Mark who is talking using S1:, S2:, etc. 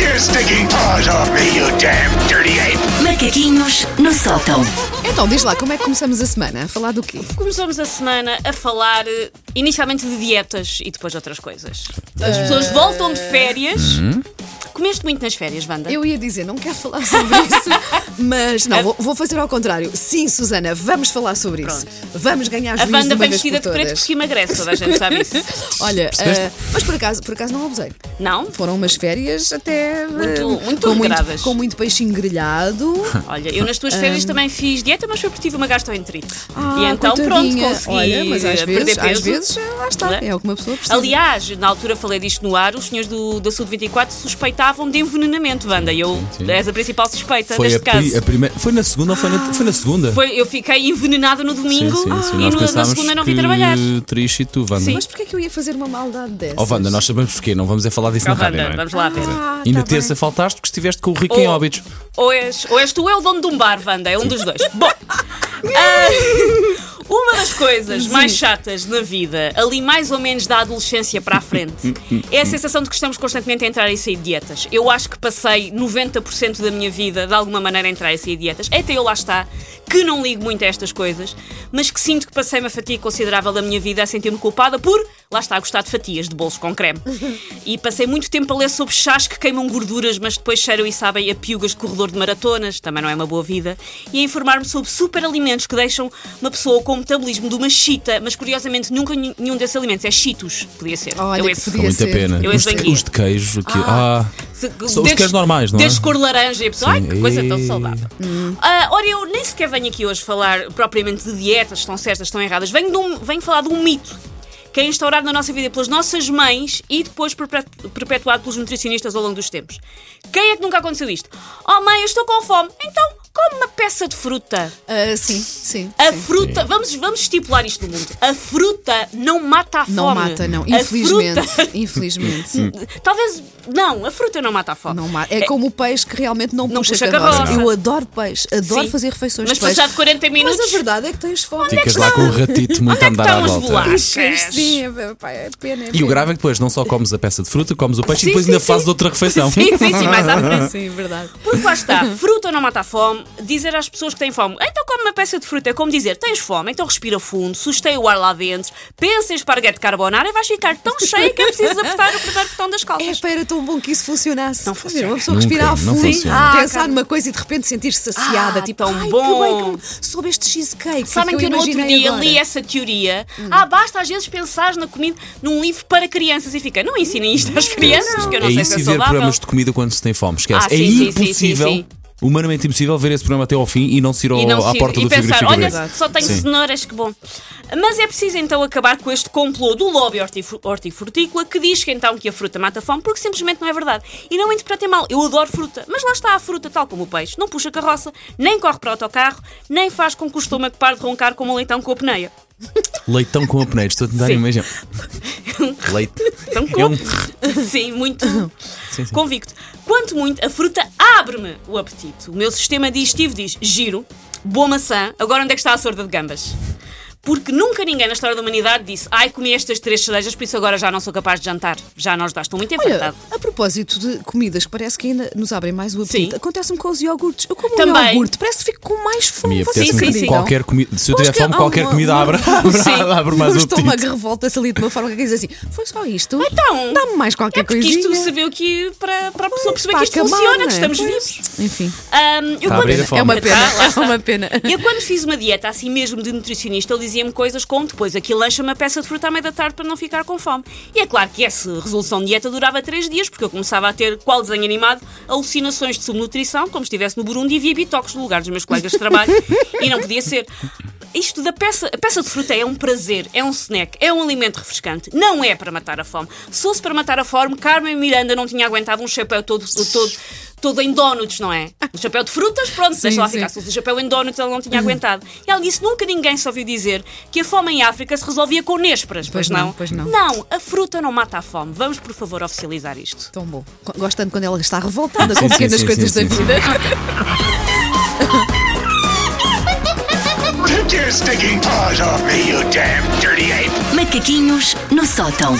S1: your stinking paws off me, you damn dirty ape!
S2: Macaquinhos no sótão.
S3: Então, diz lá, como é que começamos a semana? A falar do quê?
S4: Começamos a semana a falar eh, inicialmente de dietas e depois de outras coisas. As
S3: Eh,
S4: pessoas voltam de férias.
S5: Uhum.
S4: Comeste muito nas férias, Wanda?
S3: Eu ia dizer, não quero falar sobre isso, mas não, vou, vou fazer ao contrário. Sim, Susana, vamos falar sobre isso. Vamos ganhar
S4: a
S3: juízo
S4: Wanda
S3: de uma
S4: vem
S3: vez
S4: vestida
S3: por
S4: de preto
S3: todas.
S4: porque emagrece, toda a gente sabe isso.
S3: Olha, ah, mas por acaso, por acaso não abusei.
S4: Não?
S3: Foram umas férias até ah,
S4: Muito- muito
S3: com,
S4: regradas.
S3: muito, com muito peixinho grelhado.
S4: Olha, eu nas tuas férias também fiz dieta, mas foi porque tive uma gastroenterite.
S3: Ah,
S4: e então pronto,
S3: coitadinha.
S4: consegui
S3: Olha, mas às
S4: eh,
S3: vezes,
S4: perder peso.
S3: às vezes, ah, lá está,
S4: Não é?
S3: é o que uma pessoa precisa.
S4: Aliás, na altura falei disto no ar, os senhores do, da Sud 24 suspeitavam de envenenamento, Wanda. E eu
S5: Sim, sim.
S4: és a principal suspeita
S5: Foi
S4: neste
S5: a, pri-
S4: caso.
S5: a primeira. Foi na segunda ou foi na, foi na segunda?
S4: Foi- eu fiquei envenenada no domingo e
S5: Nós
S4: no- na
S5: pensámos
S4: segunda não vim
S5: que
S4: trabalhar.
S5: Triste e tu, Wanda.
S4: Sim.
S3: Mas porquê é que eu ia fazer uma maldade dessas?
S5: Oh, Wanda, nós sabemos porquê, não vamos é falar disso
S4: Ó,
S5: na rádio,
S4: Oh, Wanda,
S5: não é?
S4: vamos lá ver.
S3: Ah,
S5: E na
S3: tá bem. Oh,
S5: terça faltaste porque estiveste com o Rico em
S4: Ou-
S5: Óbitos.
S4: Ou és, ou és tu ou é o dono de um bar, Wanda, é um dos dois. Bom, ah, uma das coisas mais chatas na vida, ali mais ou menos da adolescência para a frente, é a sensação de que estamos constantemente a entrar e sair de dietas. Eu acho que passei 90% da minha vida, de alguma maneira, a entrar e sair de dietas. Até eu lá está, que não ligo muito a estas coisas, mas que sinto que passei uma fatia considerável da minha vida a sentir-me culpada por, lá está, gostar de fatias, de bolos com creme. E passei muito tempo a ler sobre chás que queimam gorduras, mas depois cheiram e sabem a piugas de corredor de maratonas, também não é uma boa vida, e a informar-me sobre superalimentos que deixam uma pessoa com o metabolismo de uma chita, mas curiosamente nunca nenhum nenhum desses alimentos é chitos, podia ser.
S3: Olha,
S4: eu
S3: que
S4: esse-
S5: Com
S3: podia
S5: muita
S3: ser.
S5: pena.
S4: Eu
S5: os,
S4: esse
S5: de-
S4: aqui.
S5: os de queijo aqui. Ah,
S4: Se-
S5: São os que és normais, não é?
S4: Desde cor laranja e pessoal, ai que
S5: Sim.
S4: coisa tão
S5: Ei.
S4: saudável. Ah, ora, eu nem sequer venho aqui hoje falar propriamente de dietas, estão certas, estão erradas. Venho, de um- venho falar de um mito que é instaurado na nossa vida pelas nossas mães e depois perpetu- perpetuado pelos nutricionistas ao longo dos tempos. Quem é que nunca aconteceu isto? Oh mãe, eu estou com fome. Então, come uma peça de fruta.
S3: Ah, sim, sim.
S4: A
S3: sim.
S4: fruta, vamos, vamos estipular isto no mundo. A fruta não mata a fome.
S3: Não mata, não.
S4: A
S3: Infelizmente.
S4: fruta-
S3: Infelizmente.
S4: Talvez. Não, a fruta não mata a fome.
S3: Não ma- É como o peixe que realmente não,
S4: Ah, Não
S3: puxa,
S4: puxa
S3: carroça.
S4: carroça.
S3: Eu adoro peixe, adoro
S4: Sim.
S3: fazer refeições
S4: Mas
S3: de peixe.
S4: passado 40 minutos-
S3: Mas a verdade é que tens fome.
S5: ficas lá com o ratito
S4: Onde
S5: muito a
S4: é que
S5: andar
S4: estão
S5: à
S4: os
S5: volta.
S4: bolachos?
S3: Ficas, Sim, é, pá, é pena. É
S5: E o
S3: pena.
S5: grave é que depois não só comes a peça de fruta, comes o peixe
S4: Sim,
S5: e depois
S4: sim,
S5: ainda
S4: sim.
S5: fazes outra refeição.
S4: Sim, sim, sim, é mais à
S5: Ah.
S4: frente.
S3: Sim, verdade.
S4: Porque lá está, fruta não mata a fome, dizer às pessoas que têm fome, então come uma peça de fruta, é como dizer, tens fome, então respira fundo, sustém o ar lá dentro, pensa em esparguete carbonara e vais ficar tão cheio que é preciso apertar o primeiro botão das
S3: É,
S4: calças.
S3: pá, era tão bom que isso funcionasse.
S4: Não
S3: Quer dizer,
S4: funciona.
S3: Uma pessoa
S5: Nunca,
S3: respirar a
S5: não
S3: fundo,
S5: funciona.
S3: pensar numa coisa e de repente sentir-se saciada.
S4: Ah,
S3: tipo,
S4: tão
S3: ai,
S4: bom.
S3: que bem que soube este cheesecake.
S4: Sabem que
S3: eu
S4: eu no outro
S3: imaginei
S4: dia
S3: agora. Hum.
S4: li essa teoria. Ah, basta às vezes pensar na comida num livro para crianças e fica, não ensinem isto às crianças, que eu não
S5: é
S4: sei
S5: isso
S4: se é
S5: e ver
S4: saudável.
S5: programas de comida quando se tem fome, esquece.
S4: Ah, sim,
S5: é
S4: sim, sim, sim,
S5: impossível,
S4: sim.
S5: humanamente impossível, ver esse programa até ao fim e não se ir ao,
S4: e não
S5: à
S4: se-
S5: porta
S4: e
S5: do
S4: pensar,
S5: frigorífico. ver.
S4: olha, só tenho
S5: Sim.
S4: cenouras, que bom. Mas é preciso então acabar com este complô do lobby hortif- hortifrutícola que diz que então que a fruta mata a fome, porque simplesmente não é verdade. E não interpretem mal, eu adoro fruta, mas lá está a fruta, tal como o peixe, não puxa carroça, nem corre para o autocarro, nem faz com que o estômago pare de roncar como um leitão com a pneia.
S5: Leitão com apneiro, estou a tentar
S4: Sim.
S5: imaginar. Leite.
S4: Então,
S5: É um-
S4: Sim, muito convicto. Quanto muito, a fruta abre-me o apetite. O meu sistema digestivo diz giro, boa maçã, agora onde é que está a sorda de gambas? Porque nunca ninguém na história da humanidade disse ai, comi estas três cerejas, por isso agora já não sou capaz de jantar. Já nós dá, estou muito
S3: Olha,
S4: enfadado.
S3: a propósito de comidas que parece que ainda nos abrem mais o apetite,
S4: Sim.
S3: acontece-me com os iogurtes. Eu como um
S4: Também.
S3: iogurte, parece que fico com mais fome.
S5: Me
S3: Vocês
S5: apetece
S4: sim, sim.
S3: acreditam?
S5: qualquer comida. Se eu
S3: Acho
S5: tiver
S3: que
S5: fome,
S3: há
S5: qualquer
S3: uma-
S5: comida
S3: uma-
S5: abre,
S4: um Sim.
S5: abre, abre mais
S3: o
S5: o
S3: meu
S5: apetite.
S3: estômago revolta-se ali de uma forma que diz assim: foi só isto?
S4: Então,
S3: Dá-me mais qualquer
S4: É porque
S3: coisinha.
S4: isto se veio aqui para, para a pessoa perceber
S3: Pá,
S4: que isto
S3: acabar,
S4: funciona,
S3: não
S4: que
S3: é?
S4: estamos
S3: Pois.
S4: vivos.
S3: Enfim,
S4: Ahm, eu
S5: Tá a
S4: quando-
S5: abrir a fome.
S3: é uma
S4: Tá,
S3: pena.
S4: lá
S3: é
S4: está.
S3: uma pena.
S4: Eu quando fiz uma dieta assim mesmo de nutricionista, ele dizia-me coisas como depois aqui lancha uma peça de fruta à meia da tarde para não ficar com fome. E é claro que essa resolução de dieta durava três dias, porque eu começava a ter, qual desenho animado, alucinações de subnutrição, como se estivesse no Burundi e via bitoques no lugar dos meus colegas de trabalho, e não podia ser. Isto da peça, a peça de fruta é um prazer, é um snack, é um alimento refrescante, não é para matar a fome. Se fosse para matar a fome, Carmen Miranda não tinha aguentado um chapéu todo, todo, todo em donuts, não é? Um chapéu de frutas, pronto, deixa lá
S3: sim.
S4: ficar. Se fosse um chapéu em donuts, ela não tinha aguentado. E ela disse: nunca ninguém se ouviu dizer que a fome em África se resolvia com nésperas, pois,
S3: Pois não, pois não.
S4: Não, a fruta não mata a fome. Vamos, por favor, oficializar isto.
S3: Tão bom. Gostando quando ela está revoltada com
S5: Sim, sim,
S3: pequenas
S5: sim,
S3: coisas
S5: sim,
S3: da
S5: sim,
S3: vida.
S1: Take your stinking paws off me, you damn dirty ape!
S2: Macaquinhos no sótão.